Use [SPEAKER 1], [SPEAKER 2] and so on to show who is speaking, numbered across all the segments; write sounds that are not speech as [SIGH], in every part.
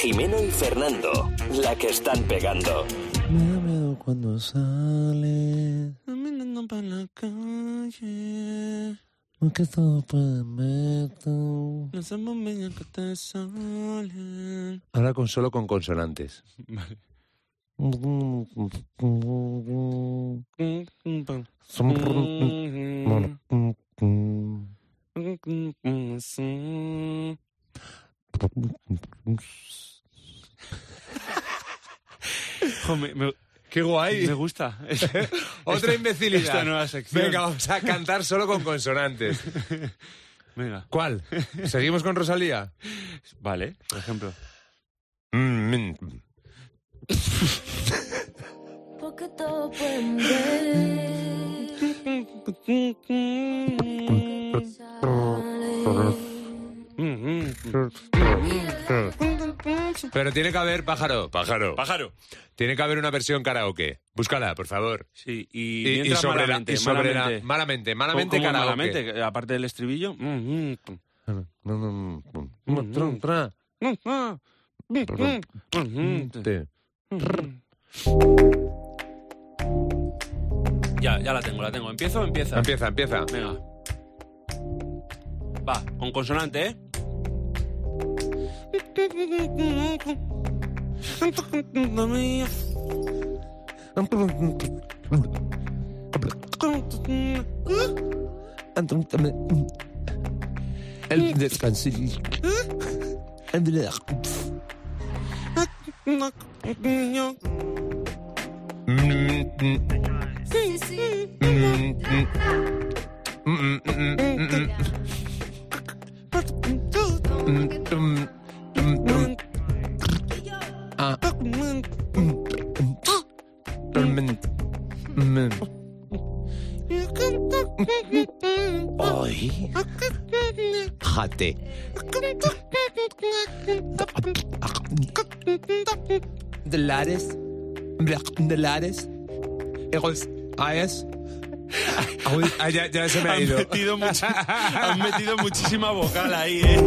[SPEAKER 1] Jimeno y Fernando, la que están pegando.
[SPEAKER 2] Me da miedo cuando sales,
[SPEAKER 3] Caminando por la calle,
[SPEAKER 2] porque todo pueden ver tú.
[SPEAKER 3] las bombillas que te salen.
[SPEAKER 4] Ahora con solo con consonantes.
[SPEAKER 3] Jo, me, me-
[SPEAKER 4] [LAUGHS] ¡Qué guay!
[SPEAKER 3] me gusta.
[SPEAKER 4] Otra
[SPEAKER 3] Esta-
[SPEAKER 4] imbecilidad.
[SPEAKER 3] Esta nueva sección.
[SPEAKER 4] Venga, vamos a cantar solo con consonantes.
[SPEAKER 3] Venga.
[SPEAKER 4] ¿Cuál? ¿Seguimos con Rosalía?
[SPEAKER 3] Vale, por ejemplo.
[SPEAKER 4] Mm, mm.
[SPEAKER 5] Porque todo pueden ver.
[SPEAKER 4] Pero tiene que haber pájaro. Pájaro.
[SPEAKER 3] Pájaro.
[SPEAKER 4] Tiene que haber una versión karaoke. Búscala, por favor.
[SPEAKER 3] Sí, y,
[SPEAKER 4] Y, y
[SPEAKER 3] mientras
[SPEAKER 4] sobre
[SPEAKER 3] malamente,
[SPEAKER 4] la. y sobre la- malamente,
[SPEAKER 3] malamente. Co-
[SPEAKER 4] malamente
[SPEAKER 3] como
[SPEAKER 4] karaoke.
[SPEAKER 3] malamente, aparte del estribillo. Mm, mm, mm, ah, mm, mm, mm, mm, mm. Ya, ya la tengo, la tengo. ¿Empiezo o empieza?
[SPEAKER 4] Empieza, empieza.
[SPEAKER 3] Venga. Va, con consonante, ¿eh?
[SPEAKER 2] El descanso. Hoy, jate. De lares, de lares, egos, ayas.
[SPEAKER 4] Ah, ya, ya se me ha
[SPEAKER 3] Han
[SPEAKER 4] ido.
[SPEAKER 3] metido, [LAUGHS] muchi- han metido muchísima vocal ahí, ¿eh?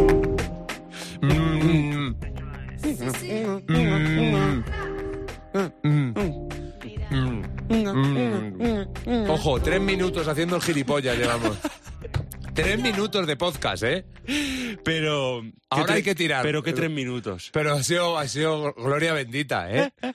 [SPEAKER 4] Mm, mm, mm, mm, mm. Ojo, tres minutos haciendo el gilipollas llevamos. Tres minutos de podcast, ¿eh?
[SPEAKER 3] Pero... ¿qué
[SPEAKER 4] Ahora
[SPEAKER 3] tre-
[SPEAKER 4] hay que tirar.
[SPEAKER 3] Pero que
[SPEAKER 4] Pero-
[SPEAKER 3] tres minutos.
[SPEAKER 4] Pero ha sido, ha sido gloria bendita, ¿eh? [LAUGHS]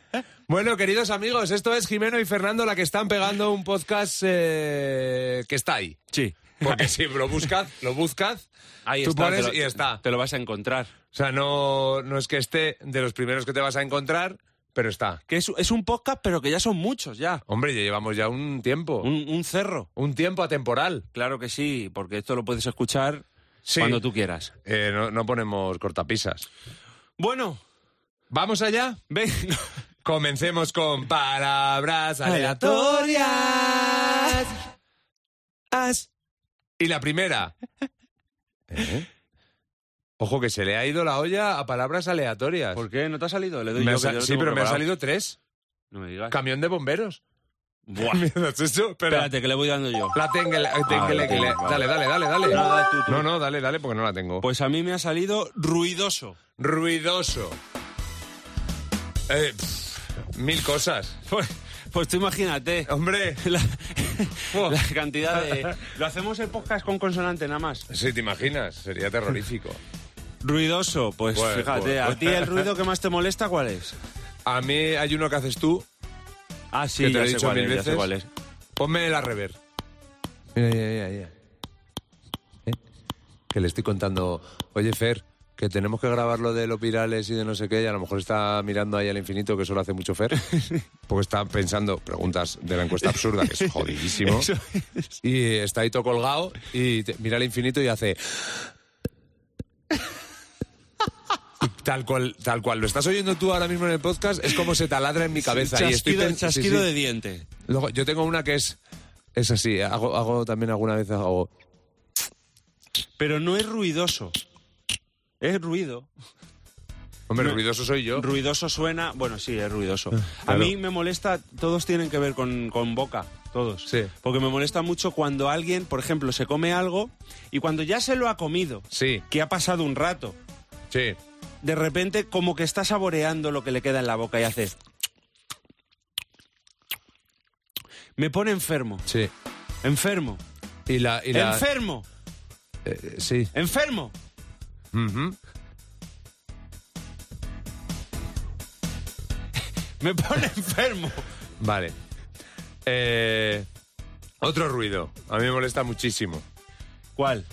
[SPEAKER 4] Bueno, queridos amigos, esto es Jimeno y Fernando la que están pegando un podcast eh, que está ahí.
[SPEAKER 3] Sí.
[SPEAKER 4] [LAUGHS] Porque si lo buscad, lo buscad,
[SPEAKER 3] Ahí
[SPEAKER 4] tú
[SPEAKER 3] está,
[SPEAKER 4] pones
[SPEAKER 3] te lo-
[SPEAKER 4] y está.
[SPEAKER 3] Te lo vas a encontrar.
[SPEAKER 4] O sea, no, no es que esté de los primeros que te vas a encontrar, pero está.
[SPEAKER 3] Que es, es un podcast, pero que ya son muchos, ya.
[SPEAKER 4] Hombre, ya llevamos ya un tiempo. Un,
[SPEAKER 3] Un, un cerro.
[SPEAKER 4] tiempo atemporal.
[SPEAKER 3] Claro que sí, porque esto lo puedes escuchar
[SPEAKER 4] Sí.
[SPEAKER 3] cuando tú quieras.
[SPEAKER 4] Eh, no, no ponemos cortapisas.
[SPEAKER 3] Bueno,
[SPEAKER 4] ¿Vamos allá?
[SPEAKER 3] venga.
[SPEAKER 4] [LAUGHS] Comencemos con palabras aleatorias.
[SPEAKER 3] As.
[SPEAKER 4] Y la primera.
[SPEAKER 3] [LAUGHS]
[SPEAKER 4] ¿Eh? Ojo que se le ha ido la olla a palabras aleatorias.
[SPEAKER 3] ¿Por qué? ¿No te ha salido? Le doy
[SPEAKER 4] Me
[SPEAKER 3] yo,
[SPEAKER 4] ha
[SPEAKER 3] que
[SPEAKER 4] sa-
[SPEAKER 3] yo lo
[SPEAKER 4] sí,
[SPEAKER 3] tengo
[SPEAKER 4] pero me han
[SPEAKER 3] preparado.
[SPEAKER 4] salido tres.
[SPEAKER 3] No me digas.
[SPEAKER 4] Camión de bomberos. [LAUGHS]
[SPEAKER 3] Buah.
[SPEAKER 4] ¿Lo has hecho? Espera.
[SPEAKER 3] Espérate, que le voy dando yo.
[SPEAKER 4] La tengo, la tengo,
[SPEAKER 3] Ah, la
[SPEAKER 4] la-
[SPEAKER 3] tengo,
[SPEAKER 4] la-
[SPEAKER 3] vale.
[SPEAKER 4] Dale, dale, dale, dale.
[SPEAKER 3] No, dale tú, tú.
[SPEAKER 4] No, no, dale, dale, porque no la tengo.
[SPEAKER 3] Pues a mí me ha salido ruidoso.
[SPEAKER 4] Ruidoso. Eh, pff, mil cosas.
[SPEAKER 3] [LAUGHS] Pues, pues tú imagínate.
[SPEAKER 4] Hombre,
[SPEAKER 3] La,
[SPEAKER 4] Buah.
[SPEAKER 3] [LAUGHS] la cantidad de... [LAUGHS] Lo hacemos en podcast con consonante nada más.
[SPEAKER 4] si te imaginas, sería terrorífico.
[SPEAKER 3] Ruidoso, pues
[SPEAKER 4] Bueno,
[SPEAKER 3] fíjate.
[SPEAKER 4] pues-
[SPEAKER 3] ¿A ti el ruido que más te molesta cuál es?
[SPEAKER 4] A mí hay uno que haces tú.
[SPEAKER 3] Ah, sí,
[SPEAKER 4] Que te
[SPEAKER 3] ya
[SPEAKER 4] lo he
[SPEAKER 3] sé
[SPEAKER 4] dicho
[SPEAKER 3] cuál
[SPEAKER 4] mil
[SPEAKER 3] es, ya sé
[SPEAKER 4] veces.
[SPEAKER 3] cuál es.
[SPEAKER 4] Ponme la rever. Mira, ya, ya, ya. ¿Eh? Que le estoy contando, oye Fer, que tenemos que grabar lo de los virales y de no sé qué, y a lo mejor está mirando ahí al infinito, que eso lo hace mucho
[SPEAKER 3] [LAUGHS]
[SPEAKER 4] Fer, porque está pensando preguntas de la encuesta absurda, que
[SPEAKER 3] [LAUGHS]
[SPEAKER 4] es jodidísimo,
[SPEAKER 3] Eso
[SPEAKER 4] y está ahí todo colgado, y te- mira al infinito y hace... [LAUGHS] Tal cual, tal cual, lo estás oyendo tú ahora mismo en el podcast, es como se taladra en mi cabeza. y estoy
[SPEAKER 3] Chasquido,
[SPEAKER 4] pen- sí,
[SPEAKER 3] chasquido
[SPEAKER 4] sí.
[SPEAKER 3] de diente.
[SPEAKER 4] Luego, yo tengo una que es. Es así, ¿eh? hago, hago también alguna vez hago.
[SPEAKER 3] Pero no es ruidoso. Es ruido.
[SPEAKER 4] Hombre,
[SPEAKER 3] No. Ah,
[SPEAKER 4] ruidoso soy yo.
[SPEAKER 3] Ruidoso suena. Bueno, sí, es ruidoso. A
[SPEAKER 4] claro.
[SPEAKER 3] mí me molesta. Todos tienen que ver con, con boca. Todos.
[SPEAKER 4] Sí.
[SPEAKER 3] Porque me molesta mucho cuando alguien, por ejemplo, se come algo y cuando ya se lo ha comido,
[SPEAKER 4] Sí,
[SPEAKER 3] que ha pasado un rato,
[SPEAKER 4] sí.
[SPEAKER 3] de repente como que está saboreando lo que le queda en la boca y haces... Me pone enfermo,
[SPEAKER 4] Sí.
[SPEAKER 3] enfermo,
[SPEAKER 4] Y la. Y la
[SPEAKER 3] enfermo,
[SPEAKER 4] eh, sí.
[SPEAKER 3] enfermo.
[SPEAKER 4] Ujú.
[SPEAKER 3] Me
[SPEAKER 4] [LAUGHS]
[SPEAKER 3] pone enfermo.
[SPEAKER 4] Vale. Eh, otro ruido. A mí me molesta muchísimo.
[SPEAKER 3] ¿Cuál?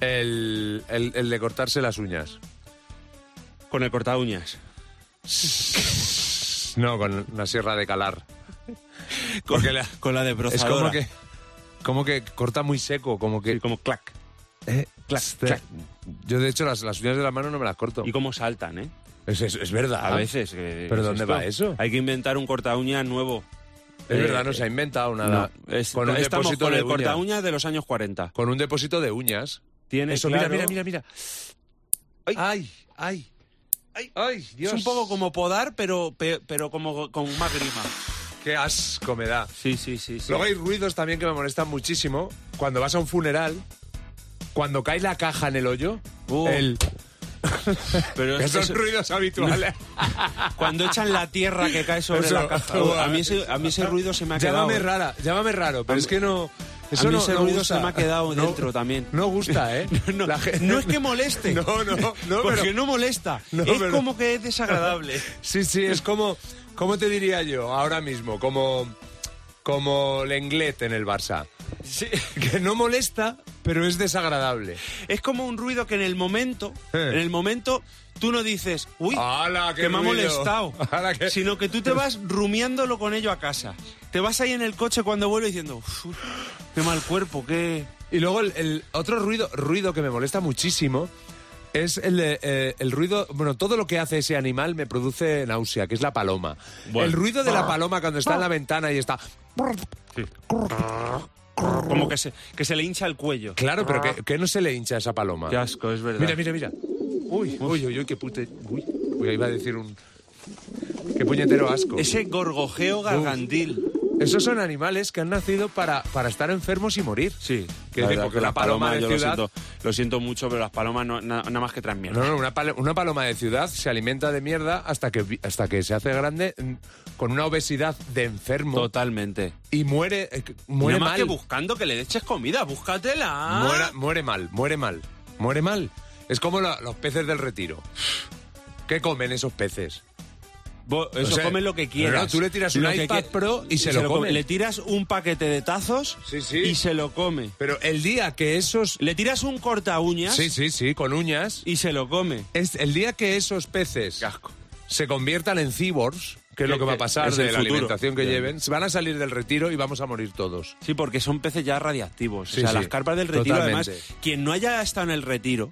[SPEAKER 4] El, el- el de cortarse las uñas. [LAUGHS]
[SPEAKER 3] Con el corta uñas.
[SPEAKER 4] No, con la sierra de calar.
[SPEAKER 3] Con,
[SPEAKER 4] Porque la-
[SPEAKER 3] con la de
[SPEAKER 4] Es
[SPEAKER 3] brozadora.
[SPEAKER 4] como que. Como que corta muy seco, como que.
[SPEAKER 3] Y como clac.
[SPEAKER 4] eh,
[SPEAKER 3] clac,
[SPEAKER 4] este-
[SPEAKER 3] clac.
[SPEAKER 4] Yo, de hecho, las, las uñas de la mano no me las corto.
[SPEAKER 3] Y cómo saltan, ¿eh?
[SPEAKER 4] Es, es- es verdad.
[SPEAKER 3] A veces. eh,
[SPEAKER 4] Ah. ¿Pero
[SPEAKER 3] ¿es
[SPEAKER 4] dónde
[SPEAKER 3] esto?
[SPEAKER 4] va eso?
[SPEAKER 3] Hay que inventar un corta uñas nuevo.
[SPEAKER 4] Es
[SPEAKER 3] Eh,
[SPEAKER 4] verdad, no se ha inventado nada.
[SPEAKER 3] No, es-
[SPEAKER 4] con un
[SPEAKER 3] estamos
[SPEAKER 4] depósito
[SPEAKER 3] con
[SPEAKER 4] de
[SPEAKER 3] el
[SPEAKER 4] uñas.
[SPEAKER 3] corta uñas de los años 40.
[SPEAKER 4] Con un depósito de uñas.
[SPEAKER 3] Tiene
[SPEAKER 4] Eso,
[SPEAKER 3] claro-
[SPEAKER 4] mira, mira, mira,
[SPEAKER 3] Ay.
[SPEAKER 4] mira. Ay, ay.
[SPEAKER 3] Ay.
[SPEAKER 4] Ay, Dios.
[SPEAKER 3] Es un poco como podar, pero, pe- pero como con más grima.
[SPEAKER 4] Qué asco me da.
[SPEAKER 3] Sí, sí, sí. sí.
[SPEAKER 4] Luego hay ruidos también que me molestan muchísimo. Cuando vas a un funeral, cuando cae la caja en el hoyo,
[SPEAKER 3] Oh.
[SPEAKER 4] el-
[SPEAKER 3] pero
[SPEAKER 4] que
[SPEAKER 3] es-
[SPEAKER 4] son
[SPEAKER 3] es-
[SPEAKER 4] ruidos
[SPEAKER 3] [LAUGHS]
[SPEAKER 4] habituales.
[SPEAKER 3] cuando echan la tierra que cae sobre
[SPEAKER 4] Eso.
[SPEAKER 3] la caja. Oh, a, mí ese, a mí ese ruido se me ha quedado.
[SPEAKER 4] llámame rara, llámame raro, pero
[SPEAKER 3] A
[SPEAKER 4] es
[SPEAKER 3] mí-
[SPEAKER 4] que no. Eso
[SPEAKER 3] mí
[SPEAKER 4] no,
[SPEAKER 3] ese
[SPEAKER 4] no
[SPEAKER 3] ruido
[SPEAKER 4] gusta.
[SPEAKER 3] se me ha quedado
[SPEAKER 4] No-
[SPEAKER 3] dentro también.
[SPEAKER 4] No gusta, ¿eh?
[SPEAKER 3] [LAUGHS] No,
[SPEAKER 4] La gente-
[SPEAKER 3] no es que moleste.
[SPEAKER 4] [LAUGHS] No, no, no,
[SPEAKER 3] porque
[SPEAKER 4] pero-
[SPEAKER 3] no molesta.
[SPEAKER 4] No,
[SPEAKER 3] es
[SPEAKER 4] pero-
[SPEAKER 3] como que
[SPEAKER 4] [LAUGHS]
[SPEAKER 3] es desagradable.
[SPEAKER 4] Sí, sí, es como, ¿cómo te diría yo ahora mismo? Como, como Lenglet en el Barça.
[SPEAKER 3] Sí.
[SPEAKER 4] [LAUGHS] Que no molesta, pero es desagradable.
[SPEAKER 3] Es como un ruido que en el momento,
[SPEAKER 4] Eh.
[SPEAKER 3] en el momento, tú no dices, uy,
[SPEAKER 4] ¡Hala, Ah, qué
[SPEAKER 3] que me ha
[SPEAKER 4] ruido!
[SPEAKER 3] molestado.
[SPEAKER 4] [LAUGHS] ¡Hala, qué-
[SPEAKER 3] Sino que tú te vas rumiándolo con ello a casa. Te vas ahí en el coche cuando vuelves diciendo, "Uf, qué mal cuerpo, qué...
[SPEAKER 4] Y luego el, el otro ruido, ruido que me molesta muchísimo es el, de, eh, el ruido, bueno, todo lo que hace ese animal me produce náusea, que es la paloma.
[SPEAKER 3] Bueno.
[SPEAKER 4] El ruido de la paloma cuando está en la ventana y está...
[SPEAKER 3] Como que se, que se le hincha el cuello.
[SPEAKER 4] Claro, pero que, que no se le hincha a esa paloma.
[SPEAKER 3] Qué asco, es verdad.
[SPEAKER 4] Mira, mira, mira. Uy, uy, uy, uy, qué pute... Uy, uy, iba a decir un... Qué puñetero asco.
[SPEAKER 3] Ese gorgojeo gargandil.
[SPEAKER 4] Esos son animales que han nacido para, para estar enfermos y morir.
[SPEAKER 3] Sí.
[SPEAKER 4] Que
[SPEAKER 3] la
[SPEAKER 4] sí,
[SPEAKER 3] verdad
[SPEAKER 4] porque
[SPEAKER 3] que
[SPEAKER 4] la paloma de
[SPEAKER 3] yo
[SPEAKER 4] ciudad-
[SPEAKER 3] lo, siento, lo siento mucho, pero las palomas no- na- nada más que traen mierda.
[SPEAKER 4] No, no, una, pal- una paloma de ciudad se alimenta de mierda hasta que, vi- hasta que se hace grande mm, con una obesidad de enfermo
[SPEAKER 3] Totalmente.
[SPEAKER 4] y muere, eh, muere
[SPEAKER 3] nada más
[SPEAKER 4] mal.
[SPEAKER 3] que buscando que le eches comida, búscatela.
[SPEAKER 4] Muera- muere mal, muere mal, muere mal. Es como la- los peces del retiro. ¿Qué comen esos peces?
[SPEAKER 3] Vos- eso
[SPEAKER 4] O sea,
[SPEAKER 3] comen lo que quieras.
[SPEAKER 4] no, no, tú le tiras un
[SPEAKER 3] Lo que
[SPEAKER 4] iPad
[SPEAKER 3] quie-
[SPEAKER 4] Pro y se lo come.
[SPEAKER 3] Le tiras un paquete de tazos
[SPEAKER 4] Sí, sí.
[SPEAKER 3] y se lo come.
[SPEAKER 4] Pero el día que esos...
[SPEAKER 3] Le tiras un corta uñas
[SPEAKER 4] Sí, sí, sí, con uñas.
[SPEAKER 3] y se lo come.
[SPEAKER 4] Es el día que esos peces
[SPEAKER 3] Casco.
[SPEAKER 4] se conviertan en cyborgs, que es lo
[SPEAKER 3] Que-
[SPEAKER 4] que va a
[SPEAKER 3] que
[SPEAKER 4] pasar
[SPEAKER 3] es
[SPEAKER 4] de
[SPEAKER 3] el
[SPEAKER 4] la
[SPEAKER 3] futuro.
[SPEAKER 4] alimentación que
[SPEAKER 3] Ya.
[SPEAKER 4] lleven, se van a salir del retiro y vamos a morir todos.
[SPEAKER 3] Sí, porque son peces ya radiactivos.
[SPEAKER 4] Sí,
[SPEAKER 3] o sea,
[SPEAKER 4] sí.
[SPEAKER 3] las carpas del retiro,
[SPEAKER 4] Totalmente.
[SPEAKER 3] además, quien no haya estado en el retiro,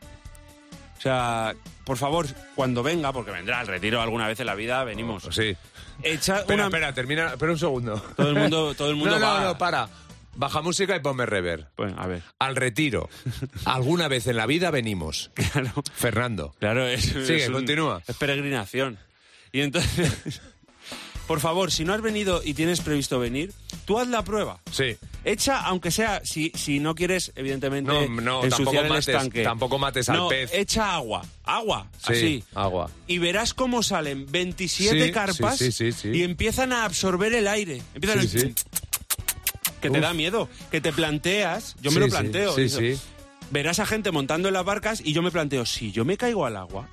[SPEAKER 3] o sea, por favor, cuando venga, porque vendrá al retiro alguna vez en la vida, venimos.
[SPEAKER 4] Sí.
[SPEAKER 3] Echa
[SPEAKER 4] pues. Espera,
[SPEAKER 3] una-
[SPEAKER 4] espera, termina, espera un segundo.
[SPEAKER 3] Todo el
[SPEAKER 4] [LAUGHS]
[SPEAKER 3] mundo- todo el mundo
[SPEAKER 4] no,
[SPEAKER 3] va-
[SPEAKER 4] No, no, para. Baja música y ponme rever.
[SPEAKER 3] Bueno, a ver.
[SPEAKER 4] Al
[SPEAKER 3] [LAUGHS]
[SPEAKER 4] retiro. Alguna vez en la vida venimos.
[SPEAKER 3] Claro.
[SPEAKER 4] Fernando.
[SPEAKER 3] Claro, es.
[SPEAKER 4] Sigue,
[SPEAKER 3] es un-
[SPEAKER 4] continúa.
[SPEAKER 3] Es peregrinación. Y entonces. [LAUGHS] Por favor, si no has venido y tienes previsto venir, tú haz la prueba.
[SPEAKER 4] Sí.
[SPEAKER 3] Echa, aunque sea, si, si no quieres, evidentemente,
[SPEAKER 4] No, no, tampoco
[SPEAKER 3] ensuciar el
[SPEAKER 4] mates-
[SPEAKER 3] estanque.
[SPEAKER 4] tampoco mates al
[SPEAKER 3] No,
[SPEAKER 4] pez.
[SPEAKER 3] Echa agua, agua,
[SPEAKER 4] Sí,
[SPEAKER 3] así.
[SPEAKER 4] agua.
[SPEAKER 3] Y verás cómo salen 27
[SPEAKER 4] Sí,
[SPEAKER 3] carpas
[SPEAKER 4] sí, sí, sí, sí.
[SPEAKER 3] y empiezan a absorber el aire. Empiezan
[SPEAKER 4] Sí,
[SPEAKER 3] a-
[SPEAKER 4] sí.
[SPEAKER 3] Que te
[SPEAKER 4] Uf.
[SPEAKER 3] da miedo, que te planteas. Yo me
[SPEAKER 4] Sí,
[SPEAKER 3] lo
[SPEAKER 4] sí,
[SPEAKER 3] planteo.
[SPEAKER 4] sí,
[SPEAKER 3] digo,
[SPEAKER 4] sí.
[SPEAKER 3] Verás a gente montando en las barcas y yo me planteo, si yo me caigo al agua,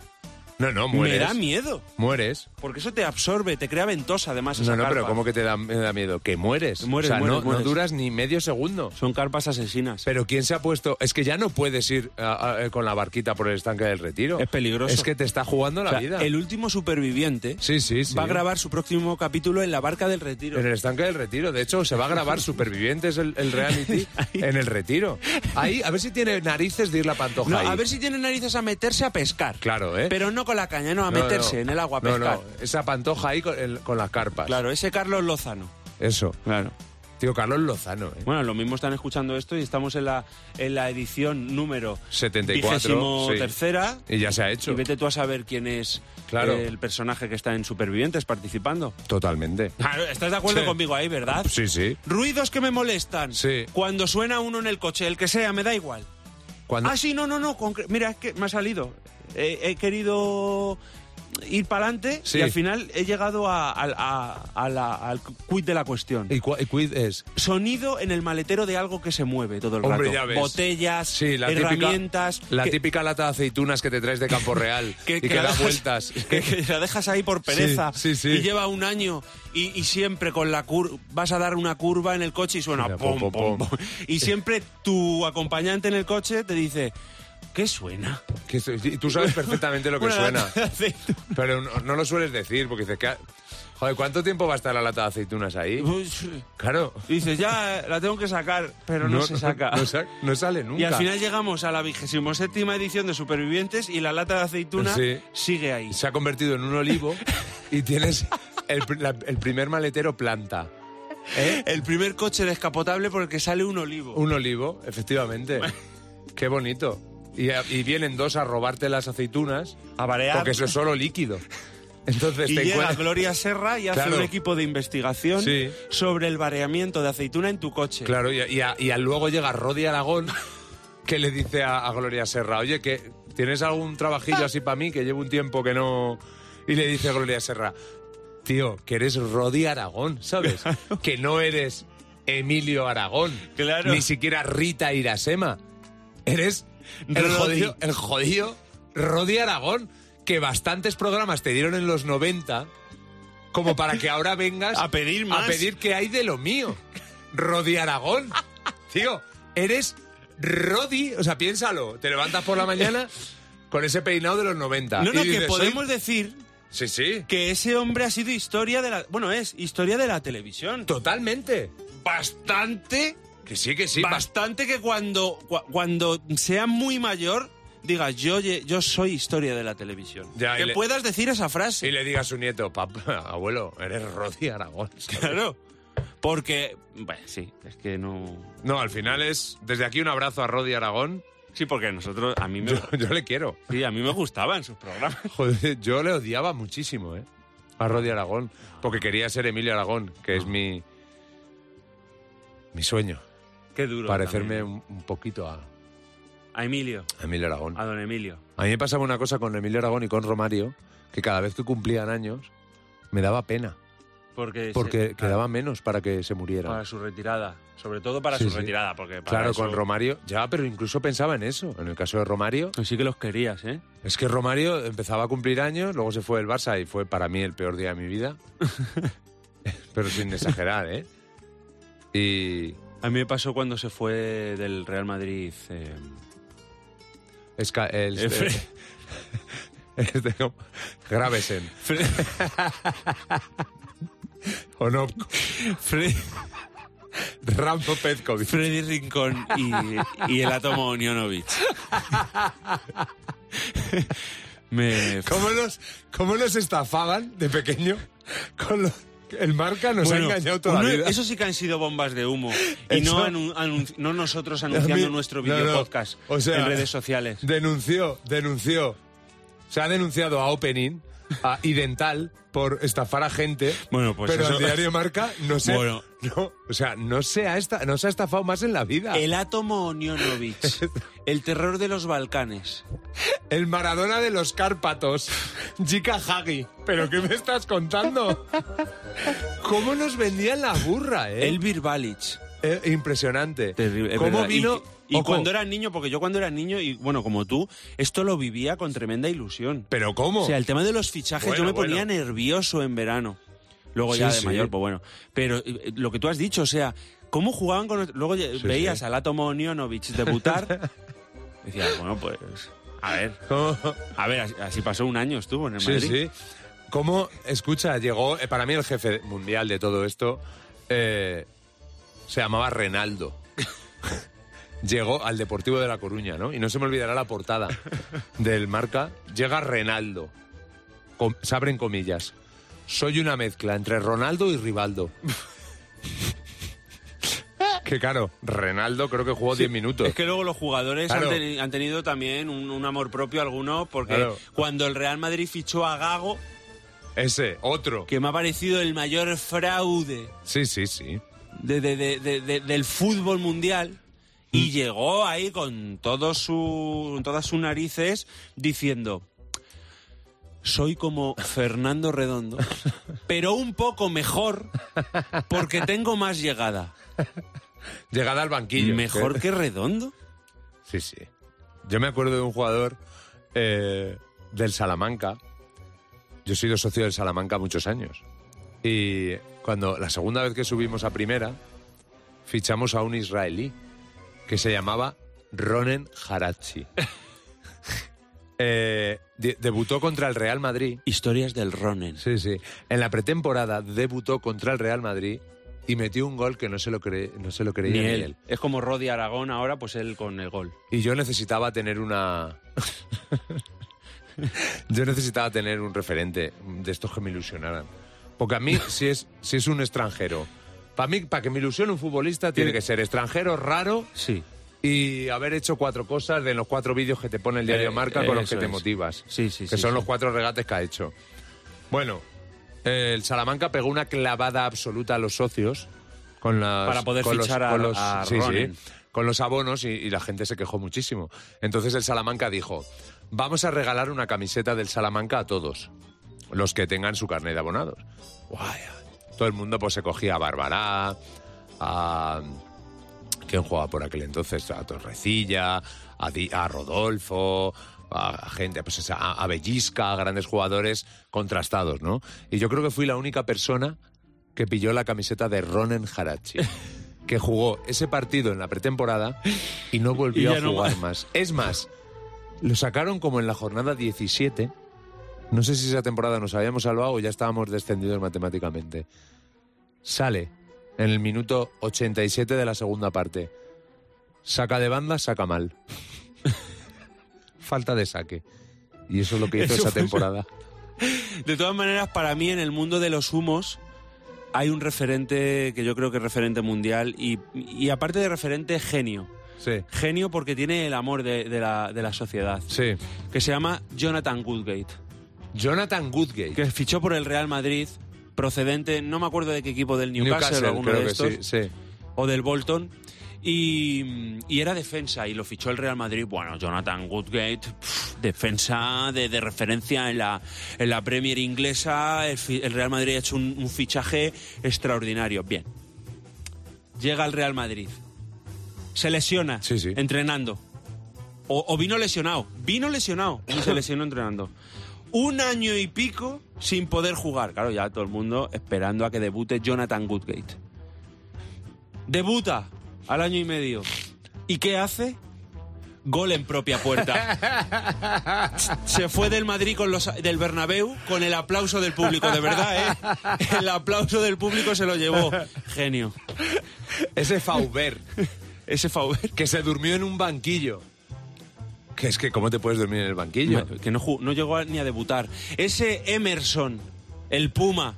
[SPEAKER 4] No, no, mueres.
[SPEAKER 3] me da miedo.
[SPEAKER 4] Mueres.
[SPEAKER 3] Porque eso te absorbe, te crea ventosa además.
[SPEAKER 4] No,
[SPEAKER 3] esa
[SPEAKER 4] no, pero
[SPEAKER 3] carpa.
[SPEAKER 4] ¿cómo que te da, me da miedo? Que mueres.
[SPEAKER 3] Mueres,
[SPEAKER 4] o sea,
[SPEAKER 3] mueres,
[SPEAKER 4] no, no
[SPEAKER 3] mueres.
[SPEAKER 4] duras ni medio segundo.
[SPEAKER 3] Son carpas asesinas.
[SPEAKER 4] Pero ¿quién se ha puesto? Es que ya no puedes ir a- a- eh, con la barquita por el estanque del retiro.
[SPEAKER 3] Es peligroso.
[SPEAKER 4] Es que te está jugando la
[SPEAKER 3] O sea,
[SPEAKER 4] vida.
[SPEAKER 3] El último superviviente
[SPEAKER 4] Sí, sí, sí.
[SPEAKER 3] va a grabar su próximo capítulo en la barca del retiro.
[SPEAKER 4] En el estanque del retiro. De hecho, se va a
[SPEAKER 3] [LAUGHS]
[SPEAKER 4] grabar Supervivientes el, el reality en el retiro. Ahí, a ver si tiene narices de ir la pantoja
[SPEAKER 3] No,
[SPEAKER 4] ahí.
[SPEAKER 3] a ver si tienen narices a meterse a pescar.
[SPEAKER 4] Claro, ¿eh?
[SPEAKER 3] Pero no con la caña, no, a
[SPEAKER 4] No, no.
[SPEAKER 3] meterse en el agua a
[SPEAKER 4] No,
[SPEAKER 3] pescar.
[SPEAKER 4] no, esa pantoja ahí con, el- con las carpas.
[SPEAKER 3] Claro, ese Carlos Lozano.
[SPEAKER 4] Eso.
[SPEAKER 3] Claro.
[SPEAKER 4] Tío, Carlos Lozano, ¿eh?
[SPEAKER 3] Bueno, lo mismo están escuchando esto y estamos en la, en la edición número
[SPEAKER 4] 74, sí.
[SPEAKER 3] tercera.
[SPEAKER 4] Y ya se ha hecho.
[SPEAKER 3] Y vete tú a saber quién es
[SPEAKER 4] Claro.
[SPEAKER 3] eh, el personaje que está en Supervivientes participando.
[SPEAKER 4] Totalmente.
[SPEAKER 3] Claro, estás de acuerdo
[SPEAKER 4] Sí.
[SPEAKER 3] conmigo ahí, ¿verdad?
[SPEAKER 4] Sí, sí.
[SPEAKER 3] Ruidos que me molestan.
[SPEAKER 4] Sí.
[SPEAKER 3] Cuando suena uno en el coche, el que sea, me da igual.
[SPEAKER 4] Cuando...
[SPEAKER 3] Ah, sí, no, no, no. concre- Mira, es que me ha salido. eh, he querido ir para adelante
[SPEAKER 4] Sí.
[SPEAKER 3] y al final he llegado a- al- a- a la- al quid de la cuestión.
[SPEAKER 4] Y, cua- y quid es.
[SPEAKER 3] Sonido en el maletero de algo que se mueve todo el
[SPEAKER 4] Hombre,
[SPEAKER 3] rato.
[SPEAKER 4] ya ves.
[SPEAKER 3] Botellas,
[SPEAKER 4] Sí, la típica-
[SPEAKER 3] herramientas.
[SPEAKER 4] la
[SPEAKER 3] que-
[SPEAKER 4] típica lata de aceitunas que te traes de Campo Real
[SPEAKER 3] [LAUGHS] que-
[SPEAKER 4] y
[SPEAKER 3] que
[SPEAKER 4] que,
[SPEAKER 3] la
[SPEAKER 4] da
[SPEAKER 3] dejas-
[SPEAKER 4] vueltas.
[SPEAKER 3] [LAUGHS] Que, que la dejas ahí por pereza.
[SPEAKER 4] sí, sí.
[SPEAKER 3] Y lleva un año y, y siempre con la cur vas a dar una curva en el coche y suena
[SPEAKER 4] Mira,
[SPEAKER 3] pom,
[SPEAKER 4] pom,
[SPEAKER 3] pom,
[SPEAKER 4] pom,
[SPEAKER 3] pom. Y siempre tu acompañante en el coche te dice, ¿qué suena?
[SPEAKER 4] Que eso- y tú sabes perfectamente lo que
[SPEAKER 3] [LAUGHS] Una
[SPEAKER 4] suena.
[SPEAKER 3] lata de aceite.
[SPEAKER 4] Pero no, no lo sueles decir porque dices que. ha- Joder, ¿cuánto tiempo va a estar la lata de aceitunas ahí?
[SPEAKER 3] Pues,
[SPEAKER 4] Claro.
[SPEAKER 3] Dices, ya eh, la tengo que sacar, pero no, se saca.
[SPEAKER 4] No, sa- no sale nunca.
[SPEAKER 3] Y al final llegamos a la vigésimo séptima edición de Supervivientes y la lata de aceituna
[SPEAKER 4] Sí.
[SPEAKER 3] sigue ahí.
[SPEAKER 4] se ha convertido en un olivo y tienes el, pr- la- el primer maletero planta.
[SPEAKER 3] El primer coche descapotable por el que sale un olivo.
[SPEAKER 4] Un olivo, efectivamente. Qué bonito. Y, a- y vienen dos a robarte las aceitunas
[SPEAKER 3] A barear.
[SPEAKER 4] porque eso es solo líquido. Entonces
[SPEAKER 3] y
[SPEAKER 4] te
[SPEAKER 3] llega
[SPEAKER 4] encuentras...
[SPEAKER 3] Gloria Serra y hace
[SPEAKER 4] Claro.
[SPEAKER 3] un equipo de investigación
[SPEAKER 4] Sí.
[SPEAKER 3] sobre el bareamiento de aceituna en tu coche.
[SPEAKER 4] Claro, y, y a- y a- luego llega Rodi Aragón que le dice a, a Gloria Serra, oye, que ¿tienes algún trabajillo así para mí? Que llevo un tiempo que no... Y le dice Gloria Serra, tío, que eres Rodi Aragón,
[SPEAKER 3] [LAUGHS]
[SPEAKER 4] ¿sabes? Que no eres Emilio Aragón,
[SPEAKER 3] Claro.
[SPEAKER 4] ni siquiera Rita Irasema. Eres el
[SPEAKER 3] Rodi.
[SPEAKER 4] jodido, el jodido Rodi Aragón, que bastantes programas te dieron en los 90 como para que ahora vengas
[SPEAKER 3] [LAUGHS] A pedir más.
[SPEAKER 4] a pedir que hay de lo mío. Rodi Aragón. Tío, eres Rodi. O sea, piénsalo. Te levantas por la mañana con ese peinado de los 90.
[SPEAKER 3] No,
[SPEAKER 4] y
[SPEAKER 3] no, que
[SPEAKER 4] dices,
[SPEAKER 3] podemos decir
[SPEAKER 4] "Soy-". Sí, sí.
[SPEAKER 3] que ese hombre ha sido historia de la... Bueno, es historia de la televisión.
[SPEAKER 4] Totalmente.
[SPEAKER 3] Bastante,
[SPEAKER 4] Que sí, que sí. bast-
[SPEAKER 3] bastante que cuando, cua- cuando sea muy mayor digas, yo, ye- yo soy historia de la televisión.
[SPEAKER 4] Ya, y
[SPEAKER 3] que
[SPEAKER 4] le-
[SPEAKER 3] puedas decir esa frase.
[SPEAKER 4] Y le diga a su nieto, papá, [LAUGHS] abuelo, eres Rodi Aragón.
[SPEAKER 3] Claro. Porque, bueno, sí, es que no...
[SPEAKER 4] No, al final es. Desde aquí un abrazo a Rodi Aragón.
[SPEAKER 3] Sí, porque nosotros, a mí me,
[SPEAKER 4] Yo, yo le quiero.
[SPEAKER 3] sí, a mí me gustaban sus programas.
[SPEAKER 4] Joder, yo le odiaba muchísimo, ¿eh? A Rodi Aragón. Porque quería ser Emilio Aragón, que
[SPEAKER 3] Ah.
[SPEAKER 4] es mi. Mi sueño.
[SPEAKER 3] [LAUGHS] Qué duro.
[SPEAKER 4] parecerme
[SPEAKER 3] también.
[SPEAKER 4] un, un poquito a,
[SPEAKER 3] A Emilio,
[SPEAKER 4] a Emilio Aragón.
[SPEAKER 3] a don Emilio.
[SPEAKER 4] A mí me pasaba una cosa con Emilio Aragón y con Romario, que cada vez que cumplían años me daba pena,
[SPEAKER 3] Porque, se-
[SPEAKER 4] porque
[SPEAKER 3] a-
[SPEAKER 4] quedaba menos para que se muriera.
[SPEAKER 3] Para su retirada. Sobre todo para
[SPEAKER 4] Sí,
[SPEAKER 3] su
[SPEAKER 4] sí.
[SPEAKER 3] retirada. Porque Ah, para
[SPEAKER 4] claro,
[SPEAKER 3] eso-
[SPEAKER 4] con Romario, ya, pero incluso pensaba en eso. En el caso de Romario,
[SPEAKER 3] Sí que los querías, ¿eh?
[SPEAKER 4] es que Romario empezaba a cumplir años, luego se fue del Barça y fue para mí el peor día de mi
[SPEAKER 3] [LAUGHS]
[SPEAKER 4] vida. pero sin exagerar, ¿eh? Y
[SPEAKER 3] A mí me pasó cuando se fue del Real Madrid. eh,
[SPEAKER 4] es ca- el,
[SPEAKER 3] eh,
[SPEAKER 4] [LAUGHS]
[SPEAKER 3] Fre-
[SPEAKER 4] Este, ¿cómo? Gravesen.
[SPEAKER 3] Fre-
[SPEAKER 4] [LAUGHS] O no,
[SPEAKER 3] Fre-
[SPEAKER 4] Rampo Petkovic.
[SPEAKER 3] Freddy Rincón y, y el átomo Onionovich. me.
[SPEAKER 4] ¿Cómo nos, cómo nos estafaban de pequeño? Con lo- el marca nos
[SPEAKER 3] Bueno,
[SPEAKER 4] ha engañado toda
[SPEAKER 3] uno-
[SPEAKER 4] la vida.
[SPEAKER 3] Eso sí que han sido bombas de humo. Y
[SPEAKER 4] Eso-
[SPEAKER 3] no, anu- anun- no nosotros anunciando
[SPEAKER 4] A mí-
[SPEAKER 3] nuestro
[SPEAKER 4] no, no.
[SPEAKER 3] videopodcast
[SPEAKER 4] O sea-
[SPEAKER 3] en redes sociales.
[SPEAKER 4] Denunció, denunció. Se ha denunciado a Opening a Idental por estafar a gente.
[SPEAKER 3] Bueno, pues
[SPEAKER 4] pero
[SPEAKER 3] eso-
[SPEAKER 4] el diario marca no sé.
[SPEAKER 3] Bueno.
[SPEAKER 4] No, o sea, no se, ha esta- no se ha estafado más en la vida. El,
[SPEAKER 3] El átomo Onionovich.
[SPEAKER 4] [LAUGHS]
[SPEAKER 3] El terror de los Balcanes.
[SPEAKER 4] Maradona de los Cárpatos. Jika Hagi. ¿Pero qué me estás contando? ¿Cómo nos vendían la burra, eh?
[SPEAKER 3] Elvir Balich.
[SPEAKER 4] Eh, impresionante.
[SPEAKER 3] Terrible, es
[SPEAKER 4] ¿Cómo
[SPEAKER 3] verdad. Y-
[SPEAKER 4] vino?
[SPEAKER 3] Y,
[SPEAKER 4] ojo,
[SPEAKER 3] cuando era niño, porque yo cuando era niño, y bueno, como tú, esto lo vivía con tremenda ilusión.
[SPEAKER 4] ¿Pero cómo?
[SPEAKER 3] O sea, el tema de los fichajes,
[SPEAKER 4] Bueno,
[SPEAKER 3] yo me ponía
[SPEAKER 4] bueno.
[SPEAKER 3] nervioso en verano. Luego ya
[SPEAKER 4] Sí,
[SPEAKER 3] de
[SPEAKER 4] sí.
[SPEAKER 3] mayor, pues bueno. Pero eh, lo que tú has dicho, o sea, ¿cómo jugaban con.? Luego ya-
[SPEAKER 4] Sí,
[SPEAKER 3] veías
[SPEAKER 4] sí.
[SPEAKER 3] al átomo Onionovich
[SPEAKER 4] [LAUGHS]
[SPEAKER 3] debutar. y decías, bueno, pues. A ver,
[SPEAKER 4] ¿Cómo?
[SPEAKER 3] a ver, así- así pasó un año estuvo en el
[SPEAKER 4] Sí,
[SPEAKER 3] Madrid.
[SPEAKER 4] sí. ¿Cómo? Escucha, llegó, eh, para mí el jefe mundial de todo esto, eh, se llamaba Renaldo. [LAUGHS] llegó al Deportivo de La Coruña, ¿no? Y no se me olvidará la portada del marca. Llega Renaldo. Com- se abren comillas. Soy una mezcla entre Ronaldo y Rivaldo. [LAUGHS] que claro, Renaldo creo que jugó 10 minutos.
[SPEAKER 3] Es que luego los jugadores
[SPEAKER 4] Claro.
[SPEAKER 3] han, teni- han tenido también un, un amor propio alguno, porque
[SPEAKER 4] Claro.
[SPEAKER 3] cuando el Real Madrid fichó a Gago,
[SPEAKER 4] Ese, otro.
[SPEAKER 3] que me ha parecido el mayor fraude
[SPEAKER 4] Sí, sí, sí.
[SPEAKER 3] de- de- de- de- de- del fútbol mundial, Y llegó ahí con todo su, con todas sus narices diciendo, soy como Fernando [LAUGHS] Redondo, pero un poco mejor porque tengo más llegada.
[SPEAKER 4] Llegada al banquillo.
[SPEAKER 3] ¿Mejor que Redondo?
[SPEAKER 4] Sí, sí. Yo me acuerdo de un jugador eh, del Salamanca. Yo he sido socio del Salamanca muchos años. Y cuando la segunda vez que subimos a primera, fichamos a un israelí que se llamaba Ronen Harachi. [LAUGHS] Eh, de- debutó contra el Real Madrid
[SPEAKER 3] Historias del Ronen.
[SPEAKER 4] Sí, sí. En la pretemporada debutó contra el Real Madrid y metió un gol que no se lo, cre- no se lo creía
[SPEAKER 3] Ni
[SPEAKER 4] ni
[SPEAKER 3] él.
[SPEAKER 4] él.
[SPEAKER 3] Es como Rodi Aragón ahora, pues él con el gol.
[SPEAKER 4] Y yo necesitaba tener una... yo necesitaba tener un referente de estos que me ilusionaran. Porque a mí, si es, si es un extranjero, para mí, para que me ilusione un futbolista, tiene que ser extranjero, raro
[SPEAKER 3] Sí.
[SPEAKER 4] y haber hecho cuatro cosas de los cuatro vídeos que te pone el diario
[SPEAKER 3] Eh,
[SPEAKER 4] Marca con los que
[SPEAKER 3] eso
[SPEAKER 4] te
[SPEAKER 3] es.
[SPEAKER 4] motivas.
[SPEAKER 3] Sí, sí,
[SPEAKER 4] Que
[SPEAKER 3] sí,
[SPEAKER 4] son
[SPEAKER 3] sí.
[SPEAKER 4] los cuatro regates que ha hecho. Bueno, eh, el Salamanca pegó una clavada absoluta a los socios con las-
[SPEAKER 3] Para poder
[SPEAKER 4] con los-
[SPEAKER 3] fichar a-
[SPEAKER 4] con los-
[SPEAKER 3] a
[SPEAKER 4] sí, sí,
[SPEAKER 3] Ronen.
[SPEAKER 4] con los abonos y, y la gente se quejó muchísimo. Entonces el Salamanca dijo, vamos a regalar una camiseta del Salamanca a todos, los que tengan su carnet de abonados. Guay. Todo el mundo pues se cogía a Barbará, a... ¿Quién jugaba por aquel entonces? A Torrecilla, a, Di- a Rodolfo, a, a gente, pues esa- a, a Bellisca, a grandes jugadores contrastados, ¿no? Y yo creo que fui la única persona que pilló la camiseta de Ronen
[SPEAKER 3] [LAUGHS]
[SPEAKER 4] Harachi, que jugó ese partido en la pretemporada y no volvió
[SPEAKER 3] Y ya
[SPEAKER 4] a
[SPEAKER 3] no
[SPEAKER 4] jugar
[SPEAKER 3] más.
[SPEAKER 4] más. Es más, lo sacaron como en la jornada 17. No sé si esa temporada nos habíamos salvado o ya estábamos descendidos matemáticamente. Sale en el minuto 87 de la segunda parte. Saca de banda, saca mal. [LAUGHS] Falta de saque. Y eso es lo que hizo
[SPEAKER 3] Eso
[SPEAKER 4] esa
[SPEAKER 3] fue-
[SPEAKER 4] temporada.
[SPEAKER 3] De todas maneras, para mí en el mundo de los humos hay un referente que yo creo que es referente mundial y, y aparte de referente, genio.
[SPEAKER 4] Sí,
[SPEAKER 3] Genio porque tiene el amor de, de la, de la sociedad.
[SPEAKER 4] sí.
[SPEAKER 3] Que se llama Jonathan Goodgate.
[SPEAKER 4] Jonathan Goodgate.
[SPEAKER 3] Que fichó por el Real Madrid, procedente, no me acuerdo de qué equipo, del Newcastle, o alguno
[SPEAKER 4] creo
[SPEAKER 3] de
[SPEAKER 4] que
[SPEAKER 3] estos.
[SPEAKER 4] sí, sí.
[SPEAKER 3] o del Bolton. Y, y era defensa y lo fichó el Real Madrid. Bueno, Jonathan Woodgate, pf, defensa de, de referencia en la, en la Premier inglesa. El, fi- el Real Madrid ha hecho un, un fichaje extraordinario. Bien. Llega al Real Madrid. Se lesiona
[SPEAKER 4] Sí, sí.
[SPEAKER 3] entrenando. O, o vino lesionado. Vino lesionado y se lesionó entrenando. Un año y pico sin poder jugar. Claro, ya todo el mundo esperando a que debute Jonathan Woodgate. Debuta al año y medio. ¿Y qué hace? Gol en propia puerta. Se fue del Madrid con los del Bernabéu con el aplauso del público, de verdad, ¿eh? El aplauso del público se lo llevó. Genio.
[SPEAKER 4] Ese Faubert,
[SPEAKER 3] [LAUGHS] Ese favor.
[SPEAKER 4] que se durmió en un banquillo. Que es que, ¿cómo te puedes dormir en el banquillo?
[SPEAKER 3] Que no, ju- no llegó a- ni a debutar. Ese Emerson, el Puma,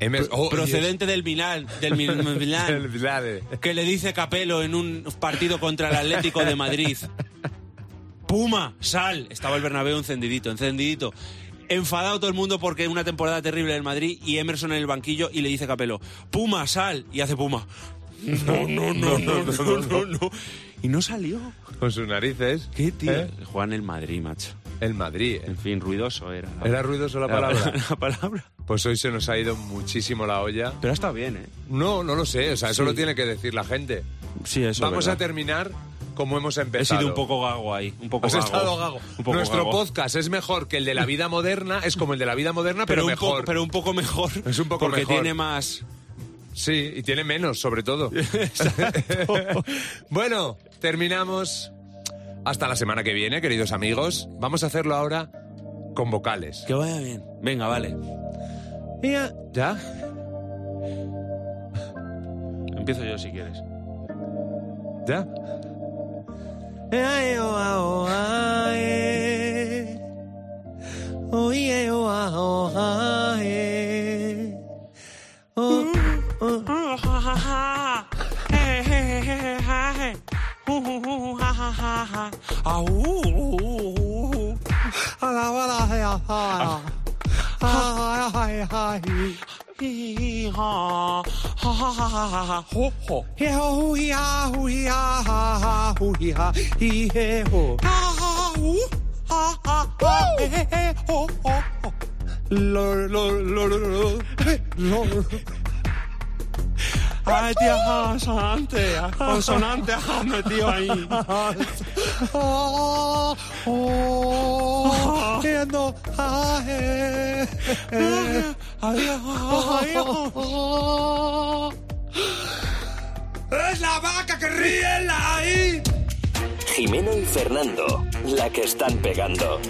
[SPEAKER 4] Emer- oh,
[SPEAKER 3] procedente del Milán, del Mil-
[SPEAKER 4] Dios.
[SPEAKER 3] Milán,
[SPEAKER 4] El [LAUGHS] Vlade.
[SPEAKER 3] que le dice Capelo en un partido contra el Atlético de Madrid. Puma, sal. Estaba el Bernabéu encendidito, encendidito. Enfadado todo el mundo porque una temporada terrible del Madrid y Emerson en el banquillo y le dice Capelo, Puma, sal. Y hace Puma. No, no, no, no, no, no, no. Y no salió.
[SPEAKER 4] Con sus narices.
[SPEAKER 3] ¿Qué tío?
[SPEAKER 4] ¿Eh?
[SPEAKER 3] Juega en el Madrid, macho.
[SPEAKER 4] El Madrid. eh.
[SPEAKER 3] En fin, ruidoso era. la-
[SPEAKER 4] Era ruidoso la
[SPEAKER 3] Ah,
[SPEAKER 4] palabra.
[SPEAKER 3] La palabra.
[SPEAKER 4] Pues hoy se nos ha ido muchísimo la olla.
[SPEAKER 3] Pero está bien, ¿eh?
[SPEAKER 4] No, no lo sé. O sea, eso
[SPEAKER 3] Sí.
[SPEAKER 4] lo tiene que decir la gente.
[SPEAKER 3] Sí, eso.
[SPEAKER 4] Vamos a
[SPEAKER 3] verdad.
[SPEAKER 4] terminar como hemos
[SPEAKER 3] He
[SPEAKER 4] empezado.
[SPEAKER 3] sido un poco gago ahí. Un poco
[SPEAKER 4] Has
[SPEAKER 3] gago.
[SPEAKER 4] estado gago.
[SPEAKER 3] Un poco
[SPEAKER 4] Nuestro
[SPEAKER 3] gago.
[SPEAKER 4] podcast es mejor que el de la vida moderna. Es como el de la vida moderna, pero,
[SPEAKER 3] un
[SPEAKER 4] mejor.
[SPEAKER 3] Poco, pero un poco mejor.
[SPEAKER 4] Es un poco
[SPEAKER 3] porque
[SPEAKER 4] mejor.
[SPEAKER 3] tiene más.
[SPEAKER 4] Sí, y tiene menos, sobre
[SPEAKER 3] [LAUGHS]
[SPEAKER 4] todo. [LAUGHS] bueno, terminamos. Hasta la semana que viene, queridos amigos. Vamos a hacerlo ahora con vocales.
[SPEAKER 3] Que vaya bien. Venga, vale.
[SPEAKER 4] Ya. ¿Ya?
[SPEAKER 3] Empiezo yo si quieres.
[SPEAKER 4] ¿Ya? oh, Oh,
[SPEAKER 2] Mm, Ah, ah, Ay, tía, ah, consonante, consonante has metido ah, ahí. ah, ¡Es la vaca que ríe la ahí!
[SPEAKER 1] Jimeno y Fernando, la que están pegando.